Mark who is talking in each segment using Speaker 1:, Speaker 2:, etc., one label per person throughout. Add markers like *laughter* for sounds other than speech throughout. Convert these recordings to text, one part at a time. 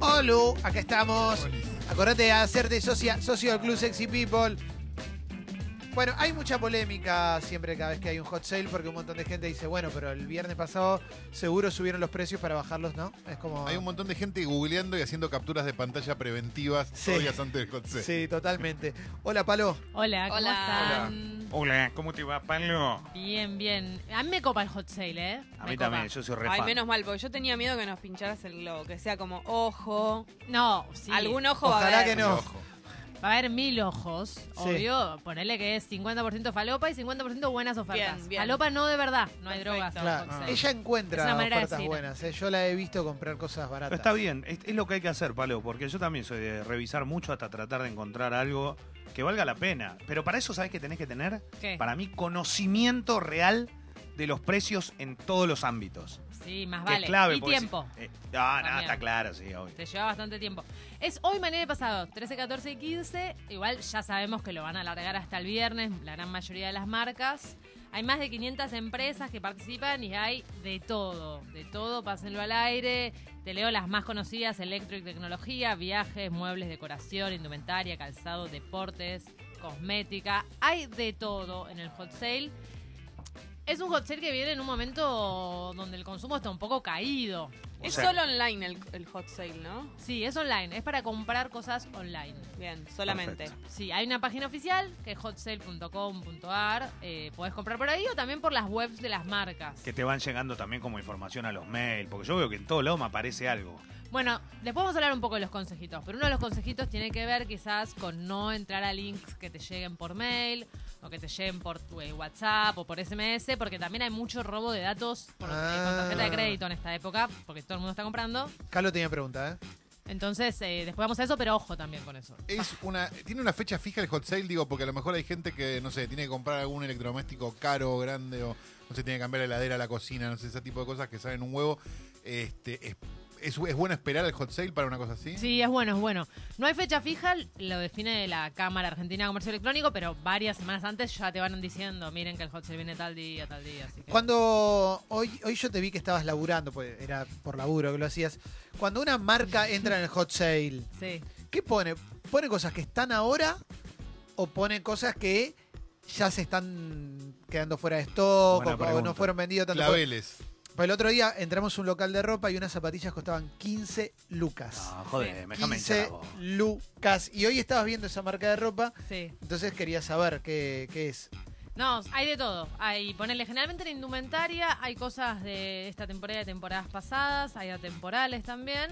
Speaker 1: Olu, acá estamos. Acordate de hacerte socia, socio del Club Sexy People. Bueno, hay mucha polémica siempre cada vez que hay un hot sale porque un montón de gente dice, bueno, pero el viernes pasado seguro subieron los precios para bajarlos, ¿no? Es como...
Speaker 2: Hay un montón de gente googleando y haciendo capturas de pantalla preventivas
Speaker 1: Sí.
Speaker 2: dos días antes del hot sale.
Speaker 1: Sí, totalmente. Hola, Palo.
Speaker 3: Hola, Ah, ¿cómo
Speaker 4: Hola.
Speaker 3: están?
Speaker 5: Hola, ¿cómo te va, Pablo?
Speaker 3: Bien, bien. A mí me copa el hot sale, ¿eh?
Speaker 5: A
Speaker 3: Me
Speaker 5: mí
Speaker 3: copa.
Speaker 5: también, yo soy re
Speaker 4: Ay,
Speaker 5: fan.
Speaker 4: menos mal, porque yo tenía miedo que nos pincharas el globo, que sea como ojo,
Speaker 3: No, sí.
Speaker 4: algún ojo va
Speaker 1: Ojalá
Speaker 4: a
Speaker 1: que
Speaker 4: haber.
Speaker 1: no.
Speaker 2: Ojo.
Speaker 3: Va a haber mil ojos, obvio. Ponerle que es 50% falopa y 50% buenas ofertas.
Speaker 4: Bien, bien.
Speaker 3: Falopa no de verdad, no hay
Speaker 4: Perfecto.
Speaker 3: drogas. en el
Speaker 1: Claro,
Speaker 3: hot sale.
Speaker 1: Ella
Speaker 3: Es
Speaker 1: encuentra
Speaker 3: una manera de
Speaker 1: ofertas
Speaker 3: decir.
Speaker 1: buenas. ¿eh? Yo la he visto comprar cosas
Speaker 5: Pero
Speaker 1: baratas.
Speaker 5: está bien, es, es lo que hay que hacer, Palo, porque yo también soy de revisar mucho hasta tratar de encontrar algo que valga la pena. Pero para eso, ¿sabes qué tenés que tener?
Speaker 3: ¿Qué?
Speaker 5: Para mí, conocimiento real de los precios en todos los ámbitos.
Speaker 3: Sí, más
Speaker 5: Que
Speaker 3: Ah, vale.
Speaker 5: es clave.
Speaker 3: y
Speaker 5: porque si-
Speaker 3: tiempo.
Speaker 5: eh, ah, nada,
Speaker 3: También.
Speaker 5: está claro, sí, obvio.
Speaker 3: Te lleva bastante tiempo. Es hoy, mañana y pasado, 13, 14 y 15. Igual ya sabemos que lo van a alargar hasta el viernes, la gran mayoría de las marcas. Hay más de 500 empresas que participan y hay de todo, de todo, pásenlo al aire. Te leo las más conocidas, electro y tecnología, viajes, muebles, decoración, indumentaria, calzado, deportes, cosmética. Hay de todo en el hot sale. Es un hot sale que viene en un momento donde el consumo está un poco caído.
Speaker 4: Es
Speaker 5: O sea-
Speaker 4: solo online el, el hot sale, ¿no?
Speaker 3: Sí, es online, es para comprar cosas online.
Speaker 4: Bien, solamente.
Speaker 5: Perfecto.
Speaker 3: Sí, hay una página oficial que es hotsale.com.ar, eh, podés comprar por ahí o también por las webs de las marcas.
Speaker 5: Que te van llegando también como información a los mails, porque yo veo que en todos lados me aparece algo.
Speaker 3: Bueno, después vamos a hablar un poco de los consejitos, pero uno de los consejitos tiene que ver quizás con no entrar a links que te lleguen por mail o que te lleguen por tu, eh, WhatsApp o por SMS, porque también hay mucho robo de datos por, eh, con tarjeta de
Speaker 1: Ah.
Speaker 3: crédito en esta época, porque todo el mundo está comprando.
Speaker 1: Calo tenía pregunta, ¿eh?
Speaker 3: Entonces, eh, después vamos a eso, pero ojo también con eso.
Speaker 2: Es una, tiene una fecha fija el hot sale, digo, porque a lo mejor hay gente que, no sé, tiene que comprar algún electrodoméstico caro o grande, o no sé, tiene que cambiar la heladera, la cocina, no sé, ese tipo de cosas que salen un huevo. Este, es, es, es bueno esperar al hot sale para una cosa así?
Speaker 3: Sí, es bueno, es bueno. No hay fecha fija, lo define la Cámara Argentina de Comercio Electrónico, pero varias semanas antes ya te van diciendo, miren que el hot sale viene tal día, tal día. Así que-
Speaker 1: Cuando hoy, hoy yo te vi que estabas laburando, pues era por laburo que lo hacías. Cuando una marca entra en el hot sale,
Speaker 3: Sí.
Speaker 1: ¿qué pone? ¿Pone cosas que están ahora o pone cosas que ya se están quedando fuera de stock
Speaker 5: Buena
Speaker 1: o- o, no
Speaker 5: pregunta.
Speaker 1: fueron vendidos tanto?
Speaker 2: Claveles.
Speaker 1: Pues el otro día entramos a un local de ropa y unas zapatillas costaban 15
Speaker 2: Ah,
Speaker 1: lucas.
Speaker 5: No, joder, me déjame hinchar
Speaker 1: 15
Speaker 5: la bola.
Speaker 1: lucas. Y hoy estabas viendo esa marca de ropa,
Speaker 3: Sí.
Speaker 1: entonces quería saber qué, qué es.
Speaker 3: No, hay de todo. Hay, ponele, generalmente en indumentaria hay cosas de esta temporada y de temporadas pasadas, hay atemporales también.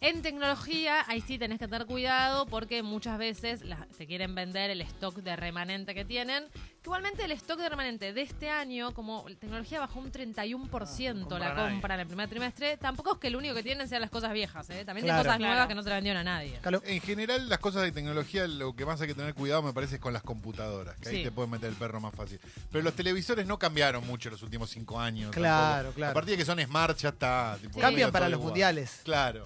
Speaker 3: En tecnología, ahí sí tenés que tener cuidado porque muchas veces las- te quieren vender el stock de remanente que tienen. Igualmente el stock de remanente de este año, como la tecnología bajó un 31%
Speaker 5: Ah, no
Speaker 3: la
Speaker 5: compra
Speaker 3: compra en el primer trimestre, tampoco es que lo único que tienen sean las cosas viejas, ¿eh? también
Speaker 1: Claro.
Speaker 3: hay cosas
Speaker 4: Claro.
Speaker 3: nuevas que no se la vendieron a nadie.
Speaker 1: Calo.
Speaker 2: En general, las cosas de tecnología, lo que más hay que tener cuidado, me parece, es con las computadoras, que
Speaker 3: Sí.
Speaker 2: ahí te pueden meter el perro más fácil. Pero los televisores no cambiaron mucho en los últimos cinco años.
Speaker 1: Claro,
Speaker 2: tampoco.
Speaker 1: claro.
Speaker 2: A partir de que son smart, ya está. tipo,
Speaker 1: Cambian
Speaker 2: medio
Speaker 1: para
Speaker 2: todo
Speaker 1: los
Speaker 2: igual.
Speaker 1: mundiales.
Speaker 2: Claro.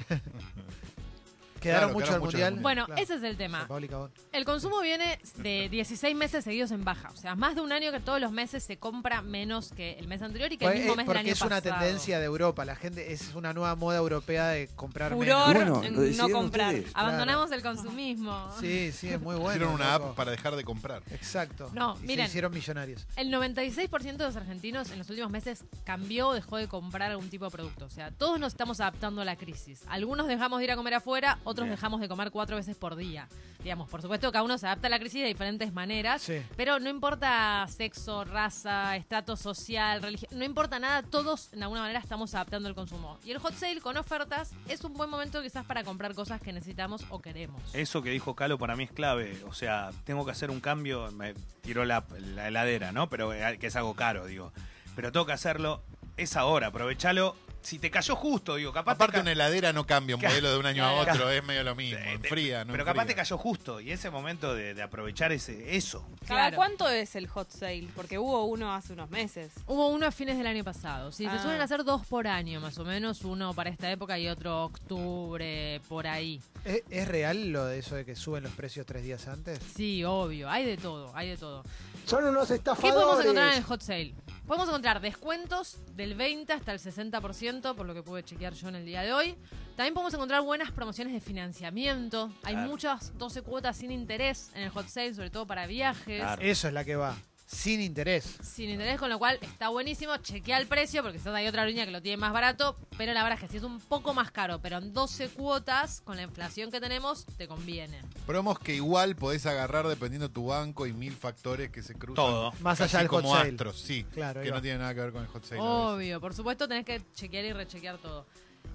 Speaker 1: Quedaron
Speaker 2: Claro,
Speaker 1: mucho
Speaker 2: quedaron
Speaker 1: al
Speaker 2: mucho
Speaker 1: mundial.
Speaker 2: del
Speaker 3: Bueno,
Speaker 1: Claro.
Speaker 3: ese es el tema.
Speaker 1: San Paoli Cabón.
Speaker 3: El consumo viene de 16 meses seguidos en baja. O sea, más de un año que todos los meses se compra menos que el mes anterior y que el
Speaker 1: Pues,
Speaker 3: mismo
Speaker 1: eh,
Speaker 3: mes del
Speaker 1: porque
Speaker 3: año
Speaker 1: es una
Speaker 3: pasado.
Speaker 1: tendencia de Europa. La gente es una nueva moda europea de comprar
Speaker 4: Furor
Speaker 1: menos.
Speaker 6: Bueno,
Speaker 4: en
Speaker 6: lo
Speaker 4: no
Speaker 6: decidieron
Speaker 4: comprar.
Speaker 6: ustedes.
Speaker 3: Abandonamos el consumismo.
Speaker 1: Sí, sí, es muy *laughs* bueno.
Speaker 2: Hicieron una
Speaker 1: loco.
Speaker 2: app para dejar de comprar.
Speaker 1: Exacto.
Speaker 3: No,
Speaker 1: Y
Speaker 3: miren.
Speaker 1: Se hicieron millonarios.
Speaker 3: El 96% de los argentinos en los últimos meses cambió o dejó de comprar algún tipo de producto. O sea, todos nos estamos adaptando a la crisis. Algunos dejamos de ir a comer afuera, otros
Speaker 5: Bien.
Speaker 3: dejamos de comer cuatro veces por día. Digamos, por supuesto, cada uno se adapta a la crisis de diferentes
Speaker 4: Ah.
Speaker 3: maneras.
Speaker 1: Sí.
Speaker 3: Pero no importa sexo, raza, estatus social, religión, no importa nada, todos en alguna manera estamos adaptando el consumo. Y el hot sale con ofertas es un buen momento quizás para comprar cosas que necesitamos o queremos.
Speaker 5: Eso que dijo Calo para mí es clave. O sea, tengo que hacer un cambio. Me tiró la, la heladera, ¿no? Pero eh, que es algo caro, digo. Pero tengo que hacerlo. Es ahora, aprovechalo. Si te cayó justo, digo, capaz. te
Speaker 2: Aparte,
Speaker 5: ca-
Speaker 2: una heladera no cambia un
Speaker 5: Ca-
Speaker 2: modelo de un año a
Speaker 5: Claro.
Speaker 2: otro, es medio lo mismo.
Speaker 5: Eh, te-
Speaker 2: Enfría, ¿no?
Speaker 5: Pero capaz te
Speaker 2: enfría.
Speaker 5: cayó justo. Y ese momento de, de aprovechar ese eso.
Speaker 4: ¿Cada
Speaker 3: Claro.
Speaker 4: cuánto es el hot sale? Porque hubo uno hace unos meses.
Speaker 3: Hubo uno a fines del año pasado. Sí, se
Speaker 4: Ah.
Speaker 3: suelen hacer dos por año, más o menos. Uno para esta época y otro octubre, por ahí.
Speaker 1: ¿Es, es real lo de eso de que suben los precios tres días antes?
Speaker 3: Sí, obvio. Hay de todo, hay de todo.
Speaker 7: Son unos
Speaker 3: ¿Qué
Speaker 7: estafadores.
Speaker 3: podemos encontrar en el hot sale? Podemos encontrar descuentos del 20 hasta el 60%, por lo que pude chequear yo en el día de hoy. También podemos encontrar buenas promociones de financiamiento. Hay
Speaker 5: Claro.
Speaker 3: muchas 12 cuotas sin interés en el hot sale, sobre todo para viajes.
Speaker 5: Claro.
Speaker 1: Eso es la que va. Sin interés.
Speaker 3: Sin interés, con lo cual está buenísimo. Chequea el precio, porque quizás hay otra línea que lo tiene más barato, pero la verdad es que sí es un poco más caro, pero en 12 cuotas, con la inflación que tenemos, te conviene.
Speaker 2: Promos que igual podés agarrar dependiendo tu banco y mil factores que se cruzan.
Speaker 5: Todo.
Speaker 1: Más
Speaker 2: Casi
Speaker 1: allá del hot
Speaker 2: como
Speaker 1: sale.
Speaker 2: astros, sí.
Speaker 1: Claro, ahí
Speaker 2: que
Speaker 1: va.
Speaker 2: no tiene nada que ver con el hot sale. a veces.
Speaker 3: Obvio, por supuesto tenés que chequear y rechequear todo.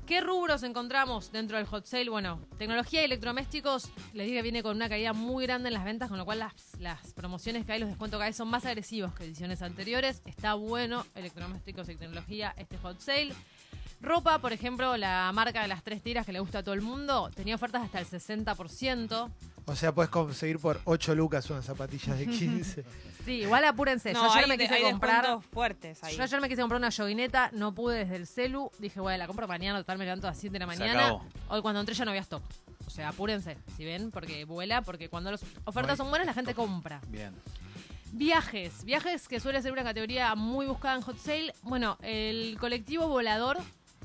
Speaker 3: ¿Qué rubros encontramos dentro del hot sale? Bueno, tecnología y electrodomésticos, les dije que viene con una caída muy grande en las ventas, con lo cual las, las promociones que hay, los descuentos que hay son más agresivos que ediciones anteriores. Está bueno electrodomésticos y tecnología este hot sale. Ropa, por ejemplo, la marca de las tres tiras que le gusta a todo el mundo, tenía ofertas hasta el 60%.
Speaker 1: O sea, puedes conseguir por 8 lucas unas zapatillas
Speaker 4: *laughs*
Speaker 1: de 15.
Speaker 3: Sí, igual apúrense, yo
Speaker 4: No,
Speaker 3: ayer
Speaker 4: hay,
Speaker 3: me
Speaker 4: de-
Speaker 3: quise
Speaker 4: hay
Speaker 3: comprar...
Speaker 4: descuentos fuertes ahí.
Speaker 3: Yo ayer me quise comprar una yoguineta, no pude desde el celu. Dije, bueno, la compro mañana, total me levanto a las 7 de la
Speaker 5: Se
Speaker 3: mañana.
Speaker 5: acabó.
Speaker 3: Hoy cuando entré ya no había stock. O sea, apúrense, si ven, porque vuela, porque cuando las
Speaker 2: No
Speaker 3: ofertas
Speaker 2: hay
Speaker 3: son buenas la gente compra.
Speaker 5: Bien.
Speaker 3: Viajes, viajes que suele ser una categoría muy buscada en Hot Sale. Bueno, el colectivo volador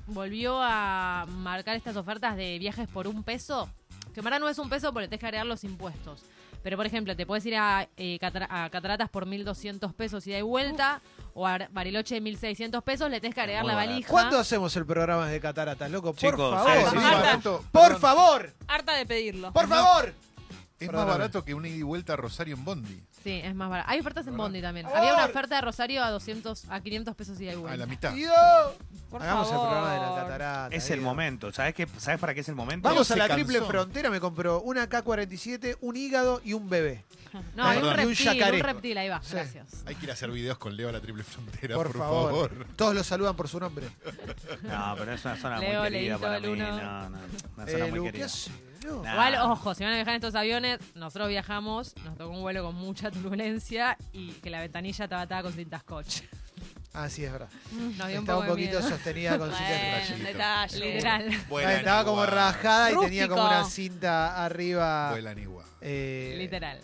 Speaker 3: volvió a marcar estas ofertas de viajes por un peso. Que en verdad no es un peso porque tenés que agregar los impuestos. Pero, por ejemplo, te puedes ir a, eh, Catara- a Cataratas por 1.200 pesos ida y vuelta, o a Bariloche 1.600 pesos, le tenés que agregar
Speaker 5: Muy
Speaker 3: la
Speaker 5: barato.
Speaker 3: valija.
Speaker 1: ¿Cuándo hacemos el programa de cataratas, loco? Por
Speaker 5: Chicos,
Speaker 1: favor.
Speaker 5: sí,
Speaker 2: Es
Speaker 5: sí,
Speaker 2: más
Speaker 4: Marta.
Speaker 2: barato-
Speaker 1: Por
Speaker 2: perdón,
Speaker 1: favor.
Speaker 4: Harta de pedirlo.
Speaker 1: Por favor.
Speaker 2: Es más
Speaker 1: Perdóname.
Speaker 2: barato que una ida y vuelta a Rosario en Bondi.
Speaker 3: Sí, es más barato. Hay ofertas en
Speaker 2: ¿Verdad?
Speaker 3: Bondi también.
Speaker 1: ¡Por
Speaker 3: Había una
Speaker 1: favor!
Speaker 3: oferta de Rosario a 200, a 500 pesos ida y
Speaker 2: A
Speaker 3: vuelta.
Speaker 2: la mitad.
Speaker 1: Dios.
Speaker 4: Por
Speaker 1: Hagamos
Speaker 4: favor.
Speaker 1: el programa de la catarata.
Speaker 5: Es el
Speaker 1: Diego.
Speaker 5: momento. ¿Sabes qué? ¿Sabes para qué es el momento?
Speaker 1: Vamos a
Speaker 2: Se
Speaker 1: la triple
Speaker 2: cansó.
Speaker 1: frontera, me compró una K-47, un hígado y un bebé.
Speaker 3: No, hay un
Speaker 2: Perdón.
Speaker 1: Y un
Speaker 3: reptil, un,
Speaker 1: yacaré.
Speaker 3: reptil, ahí va,
Speaker 1: Sí.
Speaker 3: gracias.
Speaker 2: Hay que ir a hacer videos con Leo a la Triple Frontera,
Speaker 1: Por,
Speaker 2: por,
Speaker 1: favor.
Speaker 2: favor.
Speaker 1: Todos lo saludan por su nombre.
Speaker 5: No, pero es una zona
Speaker 3: Leo,
Speaker 5: muy querida
Speaker 3: Leito,
Speaker 5: para mí.
Speaker 3: Luno.
Speaker 5: No, no, una zona
Speaker 1: Eh, Lu,
Speaker 5: muy
Speaker 1: ¿qué
Speaker 5: querida.
Speaker 1: hace? No.
Speaker 5: Nah.
Speaker 3: Igual, ojo, si van a viajar en estos aviones, nosotros viajamos, nos tocó un vuelo con mucha turbulencia y que la ventanilla estaba atada con cinta scotch.
Speaker 1: Ah, sí, es verdad.
Speaker 3: Nos dio un
Speaker 1: Estaba
Speaker 3: poco
Speaker 1: un
Speaker 3: de
Speaker 1: poquito
Speaker 3: miedo.
Speaker 1: sostenida con cinta de
Speaker 4: Bueno,
Speaker 1: scotch.
Speaker 4: detalle.
Speaker 3: Literal.
Speaker 2: Vuelan
Speaker 1: Estaba como
Speaker 2: igual.
Speaker 1: rajada y tenía como
Speaker 4: Rústico.
Speaker 1: una cinta arriba.
Speaker 2: Vuelan igual.
Speaker 1: eh,
Speaker 3: Literal.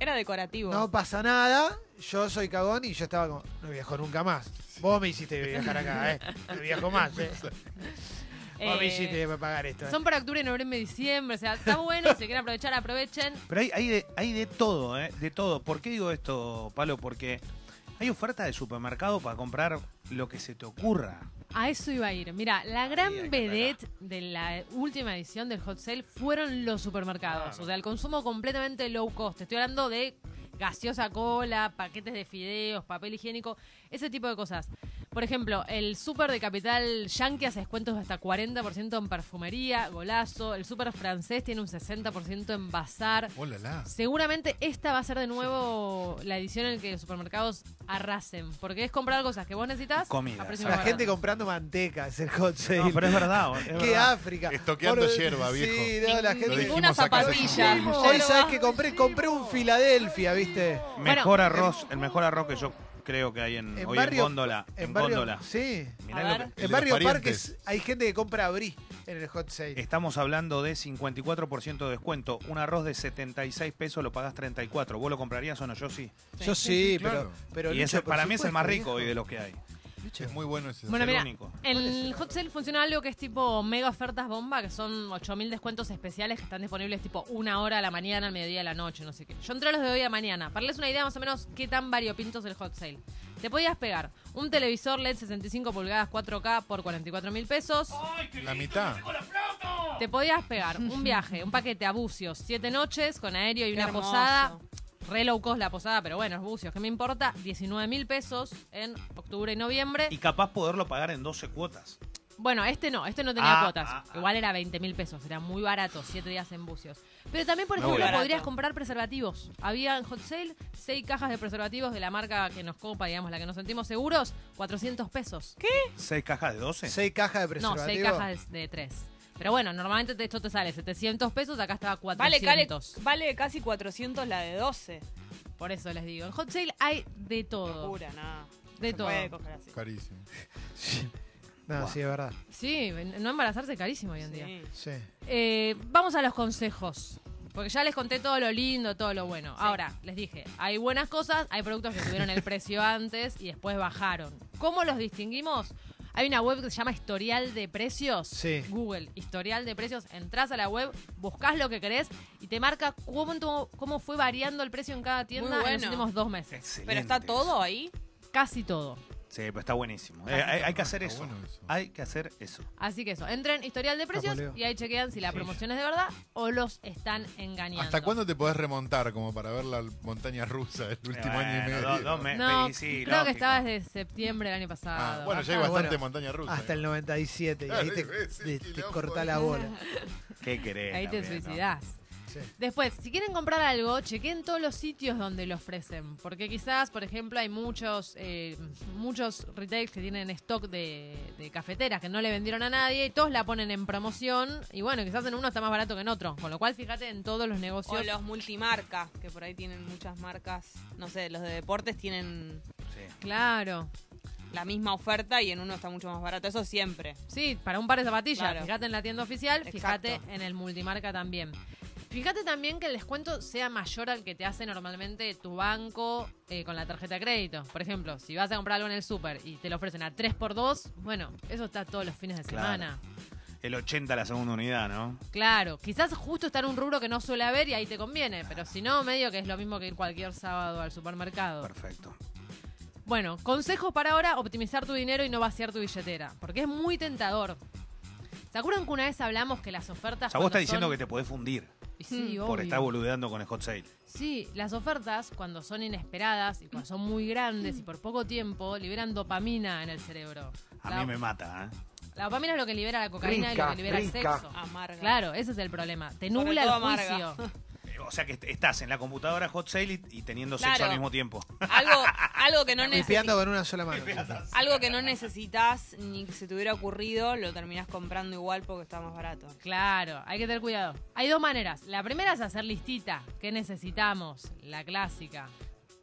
Speaker 4: Era decorativo.
Speaker 1: No pasa nada, yo soy cagón y yo estaba como, no viajo nunca más. Vos me hiciste viajar acá, ¿eh? No viajo más, ¿eh? Vos me
Speaker 3: Eh,
Speaker 1: hiciste pagar esto. ¿eh?
Speaker 3: Son para octubre, noviembre, diciembre. O sea, está bueno. Si quieren aprovechar, aprovechen.
Speaker 5: Pero hay, hay, de, hay de todo, ¿eh? De todo. ¿Por qué digo esto, Palo? Porque hay oferta de supermercado para comprar lo que se te ocurra.
Speaker 3: A eso iba a ir. Mira, la gran
Speaker 5: Ahí hay que
Speaker 3: vedette de la última edición del Hot Sale fueron los supermercados.
Speaker 5: Claro.
Speaker 3: O sea, el consumo completamente low cost. Estoy hablando de gaseosa cola, paquetes de fideos, papel higiénico, ese tipo de cosas. Por ejemplo, el super de Capital Yankee hace descuentos de hasta 40% en perfumería, golazo. El super francés tiene un 60% en bazar.
Speaker 2: Hola, la.
Speaker 3: Seguramente esta va a ser de nuevo la edición en la que los supermercados arrasen, porque es comprar cosas que vos necesitas.
Speaker 5: Comida.
Speaker 3: a precio
Speaker 1: La
Speaker 3: barato.
Speaker 1: gente comprando manteca, es el hot
Speaker 5: No,
Speaker 1: sale.
Speaker 5: pero es verdad.
Speaker 1: *laughs*
Speaker 5: es
Speaker 1: ¡Qué
Speaker 5: verdad.
Speaker 1: África!
Speaker 2: Estoqueando yerba,
Speaker 1: Sí,
Speaker 2: viejo.
Speaker 1: no, la
Speaker 2: Lo
Speaker 1: gente...
Speaker 2: dijimos
Speaker 4: Ninguna
Speaker 2: acá hace
Speaker 4: zapatilla.
Speaker 2: cinco
Speaker 1: Hoy
Speaker 4: Yerba.
Speaker 1: sabes que compré, compré un Filadelfia, ¿viste?
Speaker 5: Mejor
Speaker 3: Bueno.
Speaker 5: arroz, el mejor arroz que yo creo que hay en,
Speaker 1: En
Speaker 5: hoy
Speaker 1: barrio-
Speaker 5: en góndola. En,
Speaker 1: barrio,
Speaker 5: góndola.
Speaker 1: Sí.
Speaker 5: Mirá
Speaker 4: A
Speaker 5: lo
Speaker 4: ver.
Speaker 2: de
Speaker 5: que-
Speaker 2: los
Speaker 1: En Barrio
Speaker 2: parientes.
Speaker 1: Parques hay gente que compra abrí en el hot sale.
Speaker 5: Estamos hablando de 54% de descuento. Un arroz de 76 pesos lo pagas 34. ¿Vos lo comprarías o no? Yo sí.
Speaker 1: Yo sí,
Speaker 2: sí, claro.
Speaker 1: pero, pero
Speaker 5: y
Speaker 1: Lucho,
Speaker 5: ese,
Speaker 1: por
Speaker 5: para mí es el
Speaker 1: supuesto,
Speaker 5: más rico
Speaker 1: viejo.
Speaker 5: hoy de los que hay.
Speaker 1: Lucho.
Speaker 2: Es muy bueno ese.
Speaker 3: Bueno,
Speaker 5: es el
Speaker 3: mira,
Speaker 5: único.
Speaker 3: En Hot Sale funciona algo que es tipo mega ofertas bomba, que son 8.000 descuentos especiales que están disponibles tipo una hora a la mañana, al mediodía, a la noche, no sé qué. Yo entré a los de hoy a mañana. Para darles una idea más o menos qué tan variopintos el Hot Sale. Te podías pegar un televisor E LED 65 pulgadas 4K por 44.000 pesos.
Speaker 2: La mitad.
Speaker 3: Te podías pegar un viaje, un paquete a bucios, siete noches con aéreo y
Speaker 4: Qué
Speaker 3: una
Speaker 4: hermoso.
Speaker 3: posada. Re low cost la posada, pero bueno, es bucios, ¿qué me importa? 19 mil pesos en octubre y noviembre.
Speaker 5: Y capaz poderlo pagar en 12 cuotas.
Speaker 3: Bueno, este no, este no tenía
Speaker 5: Ah,
Speaker 3: cuotas.
Speaker 5: ah, ah.
Speaker 3: Igual era 20 mil pesos, era muy barato, siete días en bucios. Pero también, por
Speaker 5: Muy
Speaker 3: ejemplo,
Speaker 4: barato.
Speaker 3: podrías comprar preservativos. Había en Hot Sale seis cajas de preservativos de la marca que nos copa, digamos, la que nos sentimos seguros, 400 pesos.
Speaker 5: ¿Seis cajas de 12?
Speaker 1: Seis cajas de
Speaker 3: No,
Speaker 1: preservativo.
Speaker 3: seis cajas de, de tres. Pero bueno, normalmente te- esto te sale 700 pesos, acá estaba
Speaker 4: Vale,
Speaker 3: 400.
Speaker 4: cale- vale casi 400 la de 12.
Speaker 3: Por eso les digo, en Hot Sale hay de todo.
Speaker 4: Pura, nada.
Speaker 3: De
Speaker 4: Se
Speaker 3: todo.
Speaker 4: puede coger así.
Speaker 2: Carísimo.
Speaker 1: No, sí, es verdad.
Speaker 3: Sí, no embarazarse es carísimo hoy en día.
Speaker 4: Sí.
Speaker 1: Sí.
Speaker 3: Eh, vamos a los consejos. Porque ya les conté todo lo lindo, todo lo bueno. Ahora, les dije, hay buenas cosas, hay productos que tuvieron el *laughs* precio antes y después bajaron. ¿Cómo los distinguimos? Hay una web que se llama Historial de Precios.
Speaker 1: Sí.
Speaker 3: Google, Historial de Precios. Entrás a la web, buscás lo que querés y te marca cuánto, cómo fue variando el precio en cada tienda en los
Speaker 4: bueno.
Speaker 3: últimos dos meses.
Speaker 5: Excelente.
Speaker 4: Pero está todo ahí.
Speaker 3: Casi todo.
Speaker 5: Sí, pero está buenísimo.
Speaker 3: Casi
Speaker 5: Eh, hay,
Speaker 3: todo.
Speaker 5: hay que hacer
Speaker 2: Está
Speaker 5: eso. Ah,
Speaker 2: bueno eso.
Speaker 5: Hay que hacer eso.
Speaker 3: Así que eso, entren historial de precios
Speaker 1: Leo.
Speaker 3: y ahí chequean si la
Speaker 5: Sí.
Speaker 3: promoción es de verdad o los están engañando.
Speaker 2: ¿Hasta cuándo te podés remontar como para ver la montaña rusa del último
Speaker 5: Bueno,
Speaker 2: año y medio?
Speaker 5: dos- dos meses.
Speaker 3: No,
Speaker 5: Sí, sí,
Speaker 3: creo
Speaker 5: Eh, lógico.
Speaker 3: que estaba desde septiembre del año pasado.
Speaker 2: Ah, bueno, ya hay
Speaker 1: Bueno,
Speaker 2: bastante montaña rusa.
Speaker 1: Hasta
Speaker 2: eh.
Speaker 1: el 97 y ahí te,
Speaker 2: Claro, ese
Speaker 1: te- te
Speaker 2: quilombo
Speaker 1: corta
Speaker 2: ahí.
Speaker 1: la bola.
Speaker 5: ¿Qué querés?
Speaker 3: ahí te
Speaker 5: también, no?
Speaker 3: suicidás.
Speaker 1: Sí.
Speaker 3: Después, si quieren comprar algo, chequen todos los sitios donde lo ofrecen. Porque quizás, por ejemplo, hay muchos eh, muchos retails que tienen stock de, de cafeteras que no le vendieron a nadie y todos la ponen en promoción. Y bueno, quizás en uno está más barato que en otro. Con lo cual, fíjate en todos los negocios.
Speaker 4: O los multimarcas, que por ahí tienen muchas marcas. No sé, los de deportes tienen
Speaker 5: Sí.
Speaker 3: Claro.
Speaker 4: la misma oferta y en uno está mucho más barato. Eso siempre.
Speaker 3: Sí, para un par de zapatillas.
Speaker 4: Claro.
Speaker 3: Fíjate en la tienda oficial, fíjate
Speaker 4: Exacto.
Speaker 3: en el multimarca también. Fíjate también que el descuento sea mayor al que te hace normalmente tu banco eh, con la tarjeta de crédito. Por ejemplo, si vas a comprar algo en el súper y te lo ofrecen a 3x2, bueno, eso está todos los fines de
Speaker 5: Claro.
Speaker 3: semana.
Speaker 5: El 80 la segunda unidad, ¿no?
Speaker 3: Claro, quizás justo está en un rubro que no suele haber y ahí te conviene, pero si no, medio que es lo mismo que ir cualquier sábado al supermercado.
Speaker 5: Perfecto.
Speaker 3: Bueno, consejos para ahora optimizar tu dinero y no vaciar tu billetera, porque es muy tentador. ¿Se acuerdan que una vez hablamos que las
Speaker 5: O
Speaker 3: ofertas...
Speaker 5: sea, vos
Speaker 3: cuando
Speaker 5: estás diciendo
Speaker 3: son-
Speaker 5: que te Mm. podés fundir
Speaker 3: Y Sí,
Speaker 5: por
Speaker 3: obvio.
Speaker 5: estar boludeando con el hot sale.
Speaker 3: Sí, las ofertas, cuando son inesperadas y cuando son muy grandes y por poco tiempo, liberan dopamina en el cerebro.
Speaker 5: A
Speaker 3: la,
Speaker 5: mí me mata, ¿eh?
Speaker 3: la dopamina es lo que libera la cocaína y lo que libera el sexo.
Speaker 4: Amarga.
Speaker 3: Claro, ese es el problema. Te
Speaker 4: Sobre
Speaker 3: nubla el
Speaker 4: todo amarga. *laughs*
Speaker 3: juicio.
Speaker 5: Eh, O sea que est- estás en la computadora hot sale y, y teniendo sexo
Speaker 4: Claro.
Speaker 5: al mismo tiempo.
Speaker 4: Algo, algo que no necesitas.
Speaker 1: Pipeando con una sola mano.
Speaker 4: Algo que no necesitas ni que se te hubiera ocurrido, lo terminás comprando igual porque está más barato.
Speaker 3: Claro, hay que tener cuidado. Hay dos maneras. La primera es hacer listita. ¿Qué necesitamos? La clásica.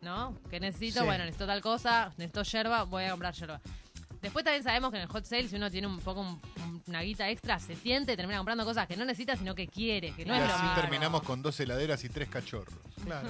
Speaker 3: ¿No? ¿Qué necesito?
Speaker 1: Sí.
Speaker 3: Bueno, necesito tal cosa, necesito yerba, voy a comprar yerba. Después también sabemos que en el hot sale, si uno tiene un poco un- un- una guita extra, se tienta y termina comprando cosas que no necesita, sino que quiere, que no
Speaker 2: y
Speaker 3: es lo
Speaker 2: así
Speaker 3: mismo.
Speaker 2: terminamos con dos heladeras y tres cachorros.
Speaker 1: Claro,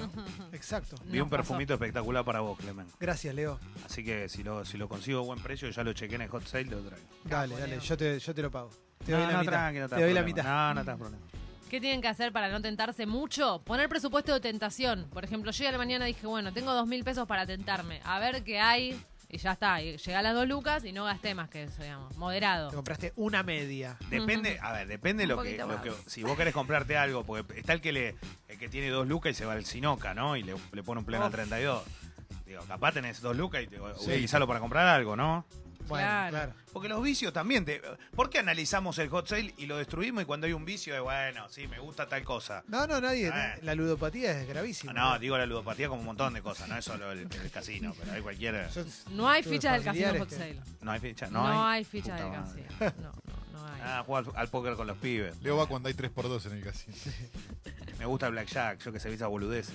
Speaker 1: exacto.
Speaker 5: Vi
Speaker 3: Nos
Speaker 5: un
Speaker 3: pasó.
Speaker 5: perfumito espectacular para vos, Clemen.
Speaker 1: Gracias, Leo.
Speaker 5: Así que si lo, si lo consigo a buen precio, ya lo chequé en el hot sale, lo traigo.
Speaker 1: Dale,
Speaker 3: Capo,
Speaker 1: dale,
Speaker 3: pues, Leo.
Speaker 1: yo te, yo te lo pago. Te
Speaker 5: no,
Speaker 1: doy la
Speaker 5: no,
Speaker 1: mitad.
Speaker 5: tranqui, no te
Speaker 1: te doy la
Speaker 5: das
Speaker 1: mitad.
Speaker 5: problema. No, no te das problema.
Speaker 3: ¿Qué tienen que hacer para no tentarse mucho? Poner presupuesto de tentación. Por ejemplo, yo a la mañana dije, bueno, tengo dos mil pesos para tentarme. A ver qué hay. Y ya está. Y llegué a las dos lucas y no gasté más que eso, digamos. Moderado.
Speaker 1: Te compraste una media.
Speaker 5: Depende, a ver, depende
Speaker 3: Un
Speaker 5: lo que,
Speaker 3: poquito
Speaker 5: lo
Speaker 3: más.
Speaker 5: que- Si vos querés comprarte algo, porque está el que le el que tiene dos lucas y se va al Sinoca, ¿no? Y le, le pone un pleno al
Speaker 4: Uf.
Speaker 5: 32. Digo, capaz tenés dos lucas y te,
Speaker 2: Sí.
Speaker 5: utilizalo para comprar algo, ¿no?
Speaker 1: Bueno,
Speaker 3: Claro.
Speaker 1: claro.
Speaker 5: Porque los vicios también. Te, ¿Por qué analizamos el hot sale y lo destruimos y cuando hay un vicio es bueno, sí, me gusta tal cosa?
Speaker 1: No, no, nadie.
Speaker 5: Ah.
Speaker 1: La ludopatía es gravísima.
Speaker 5: No, digo la ludopatía como un montón de cosas, no es solo el, el casino, pero hay cualquier.
Speaker 1: Yo-
Speaker 3: No hay
Speaker 1: tuve
Speaker 3: fichas del casino
Speaker 1: familiares
Speaker 3: hot
Speaker 1: que-
Speaker 3: sale.
Speaker 5: No hay ficha, no,
Speaker 3: No, hay, fichas
Speaker 5: Puta
Speaker 3: del
Speaker 5: madre.
Speaker 3: casino.
Speaker 5: *laughs*
Speaker 3: No, no, no hay.
Speaker 5: Ah, juega al, al póker con los pibes.
Speaker 2: Leo va cuando hay 3x2 en el casino.
Speaker 5: Me gusta el blackjack, yo que se visa boludez.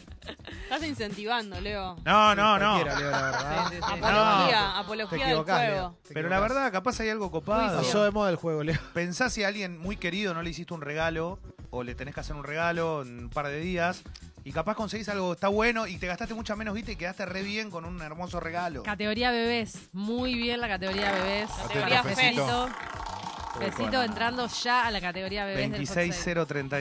Speaker 4: Estás incentivando, Leo.
Speaker 5: No, no, no.
Speaker 1: Cualquiera, Leo, la verdad.
Speaker 3: Sí, sí, sí.
Speaker 4: Apología,
Speaker 5: No.
Speaker 1: Te
Speaker 4: apología del
Speaker 1: equivocás,
Speaker 4: juego.
Speaker 1: Leo. te
Speaker 5: Pero la
Speaker 1: equivocás.
Speaker 5: verdad, capaz hay algo copado.
Speaker 1: Pasó de moda el juego, Leo.
Speaker 5: Pensá si a alguien muy querido no le hiciste un regalo, o le tenés que hacer un regalo en un par de días, y capaz conseguís algo, está bueno, y te gastaste mucha menos guita y quedaste re bien con un hermoso regalo.
Speaker 3: Categoría bebés. Muy bien la categoría bebés.
Speaker 4: Categoría
Speaker 3: Besito.
Speaker 5: Ah. Uy,
Speaker 3: Besito
Speaker 5: bueno.
Speaker 3: entrando ya a la categoría bebés del hot sale.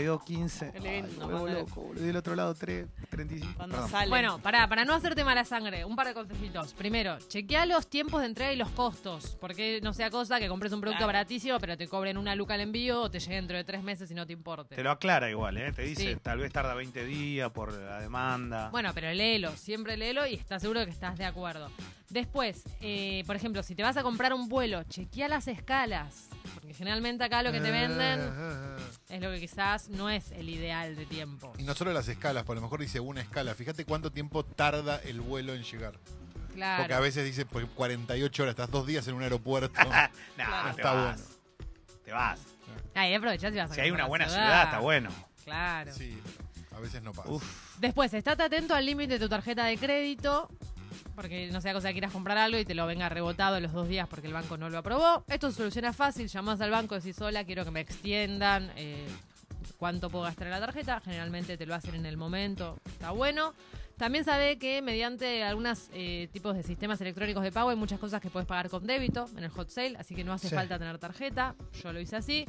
Speaker 5: 26-032-15.
Speaker 4: Qué lindo,
Speaker 5: Ay, me vuelvo
Speaker 4: Manuel.
Speaker 5: loco, boludo. Y del otro lado 3, 35.
Speaker 4: Cuando
Speaker 5: Perdón.
Speaker 4: sale.
Speaker 3: Bueno, para, para no hacerte mala sangre, un par de consejitos. Primero, chequea los tiempos de entrega y los costos. Porque no sea cosa que compres un producto
Speaker 4: Claro.
Speaker 3: baratísimo, pero te cobren una luca al envío o te llegue dentro de tres meses y no te importe.
Speaker 5: Te lo aclara igual, ¿eh? Te dice,
Speaker 3: Sí.
Speaker 5: tal vez tarda 20 días por la demanda.
Speaker 3: Bueno, pero léelo, siempre léelo y estás seguro que estás de acuerdo. Después, eh, por ejemplo, si te vas a comprar un vuelo, chequea las escalas. Porque generalmente acá lo que te venden
Speaker 1: Ah, ah, ah.
Speaker 3: es lo que quizás no es el ideal de tiempo.
Speaker 2: Y no solo las escalas, por lo mejor dice una escala. Fíjate cuánto tiempo tarda el vuelo en llegar. Porque a
Speaker 3: Claro.
Speaker 2: veces dice pues, 48 horas, estás dos días en un aeropuerto.
Speaker 5: Nah,
Speaker 4: Claro.
Speaker 5: te
Speaker 2: Está
Speaker 5: vas.
Speaker 2: bueno.
Speaker 5: Te vas.
Speaker 3: Ahí aprovechás y vas a
Speaker 5: Si hay
Speaker 3: comprar
Speaker 5: una
Speaker 3: la
Speaker 5: buena ciudad, está bueno.
Speaker 3: Claro.
Speaker 2: Sí, pero a veces no pasa.
Speaker 5: Uf.
Speaker 3: Después, estate atento al límite de tu tarjeta de crédito. Porque no sea cosa que quieras comprar algo y te lo venga rebotado los dos días porque el banco no lo aprobó. Esto se soluciona fácil. Llamás al banco y decís, hola, quiero que me extiendan eh, cuánto puedo gastar en la tarjeta. Generalmente te lo hacen en el momento. Está bueno. También sabe que mediante algunos tipos de sistemas electrónicos de pago hay muchas cosas que puedes pagar con débito en el hot sale, así que no hace
Speaker 2: Sí.
Speaker 3: falta tener tarjeta. Yo lo hice así.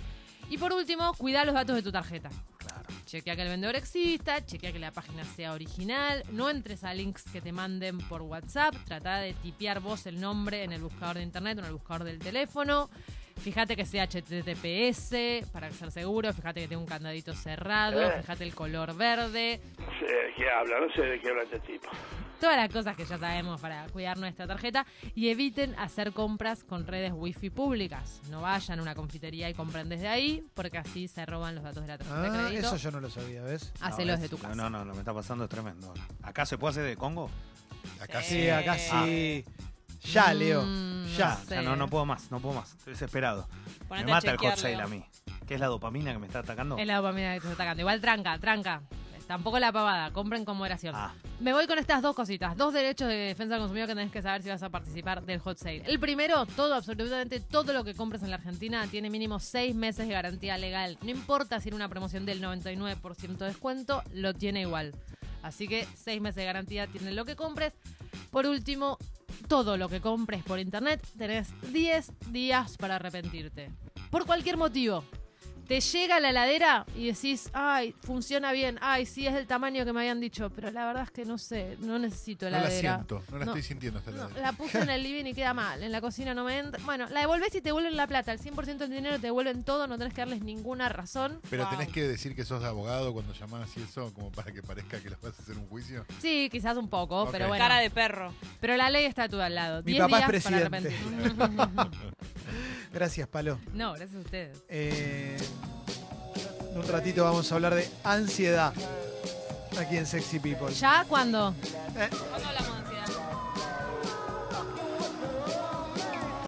Speaker 3: Y por último, cuida los datos de tu tarjeta.
Speaker 5: Claro.
Speaker 3: Chequea que el vendedor exista, chequea que la página sea original, no entres a links que te manden por WhatsApp, trata de tipear vos el nombre en el buscador de internet o en el buscador del teléfono. Fíjate que sea HTTPS para ser seguro, fíjate que tenga un candadito cerrado,
Speaker 6: Eh.
Speaker 3: fíjate el color verde,
Speaker 6: No sé de qué habla, no sé de qué habla este tipo.
Speaker 3: todas las cosas que ya sabemos para cuidar nuestra tarjeta y eviten hacer compras con redes wifi públicas. No vayan a una confitería y compren desde ahí porque así se roban los datos de la tarjeta de
Speaker 1: Ah,
Speaker 3: crédito.
Speaker 1: eso yo no lo sabía, ¿ves?
Speaker 3: Hacelo
Speaker 5: es-
Speaker 3: desde tu casa.
Speaker 5: No, no, no, lo que me está pasando es tremendo. ¿Acá se puede hacer de Congo?
Speaker 2: Acá
Speaker 4: Sí.
Speaker 2: sí.
Speaker 1: Sí, acá sí. Ya, Leo.
Speaker 3: Eh, ah. Mm,
Speaker 1: Ya.
Speaker 5: O sea, no, no puedo más, no puedo más. Estoy desesperado.
Speaker 4: Ponete
Speaker 5: me
Speaker 4: a
Speaker 5: mata el hot
Speaker 4: chequearlo.
Speaker 5: sale a mí. ¿Qué es la dopamina que me está atacando?
Speaker 3: Es la dopamina que te está atacando. Igual tranca, tranca. Tampoco la pavada, compren con moderación.
Speaker 5: Ah,
Speaker 3: Me voy con estas dos cositas, dos derechos de defensa del consumidor que tenés que saber si vas a participar del hot sale. El primero, todo, absolutamente todo lo que compres en la Argentina tiene mínimo seis meses de garantía legal. No importa si era una promoción del 99% de descuento, lo tiene igual. Así que seis meses de garantía tiene lo que compres. Por último, todo lo que compres por internet, tenés 10 días para arrepentirte. Por cualquier motivo. Te llega a la heladera y decís, ay, funciona bien, ay, sí, es del tamaño que me habían dicho, pero la verdad es que no sé, no necesito
Speaker 2: No
Speaker 3: heladera.
Speaker 2: la siento, no la
Speaker 3: No.
Speaker 2: estoy sintiendo hasta
Speaker 3: No,
Speaker 2: la
Speaker 3: la puse
Speaker 2: *laughs*
Speaker 3: en el living y queda mal. En la cocina no me entra. Bueno, la devolvés y te devuelven la plata. El 100% del dinero te devuelven todo. No tenés que darles ninguna razón.
Speaker 2: Pero tenés
Speaker 4: Wow.
Speaker 2: que decir que sos de abogado cuando llamás y eso, como para que parezca que los vas a hacer un juicio.
Speaker 3: Sí, quizás un poco,
Speaker 2: Ok.
Speaker 3: pero bueno.
Speaker 4: Cara de perro.
Speaker 3: Pero la ley está a tu al lado.
Speaker 1: Mi
Speaker 3: 10
Speaker 1: papá es
Speaker 3: días para
Speaker 1: presidente.
Speaker 3: arrepentirte. *laughs*
Speaker 1: Gracias, Palo.
Speaker 3: no, gracias a ustedes.
Speaker 1: Eh, en un ratito vamos a hablar de ansiedad aquí en Sexy People.
Speaker 3: ¿Ya cuándo?
Speaker 1: Eh,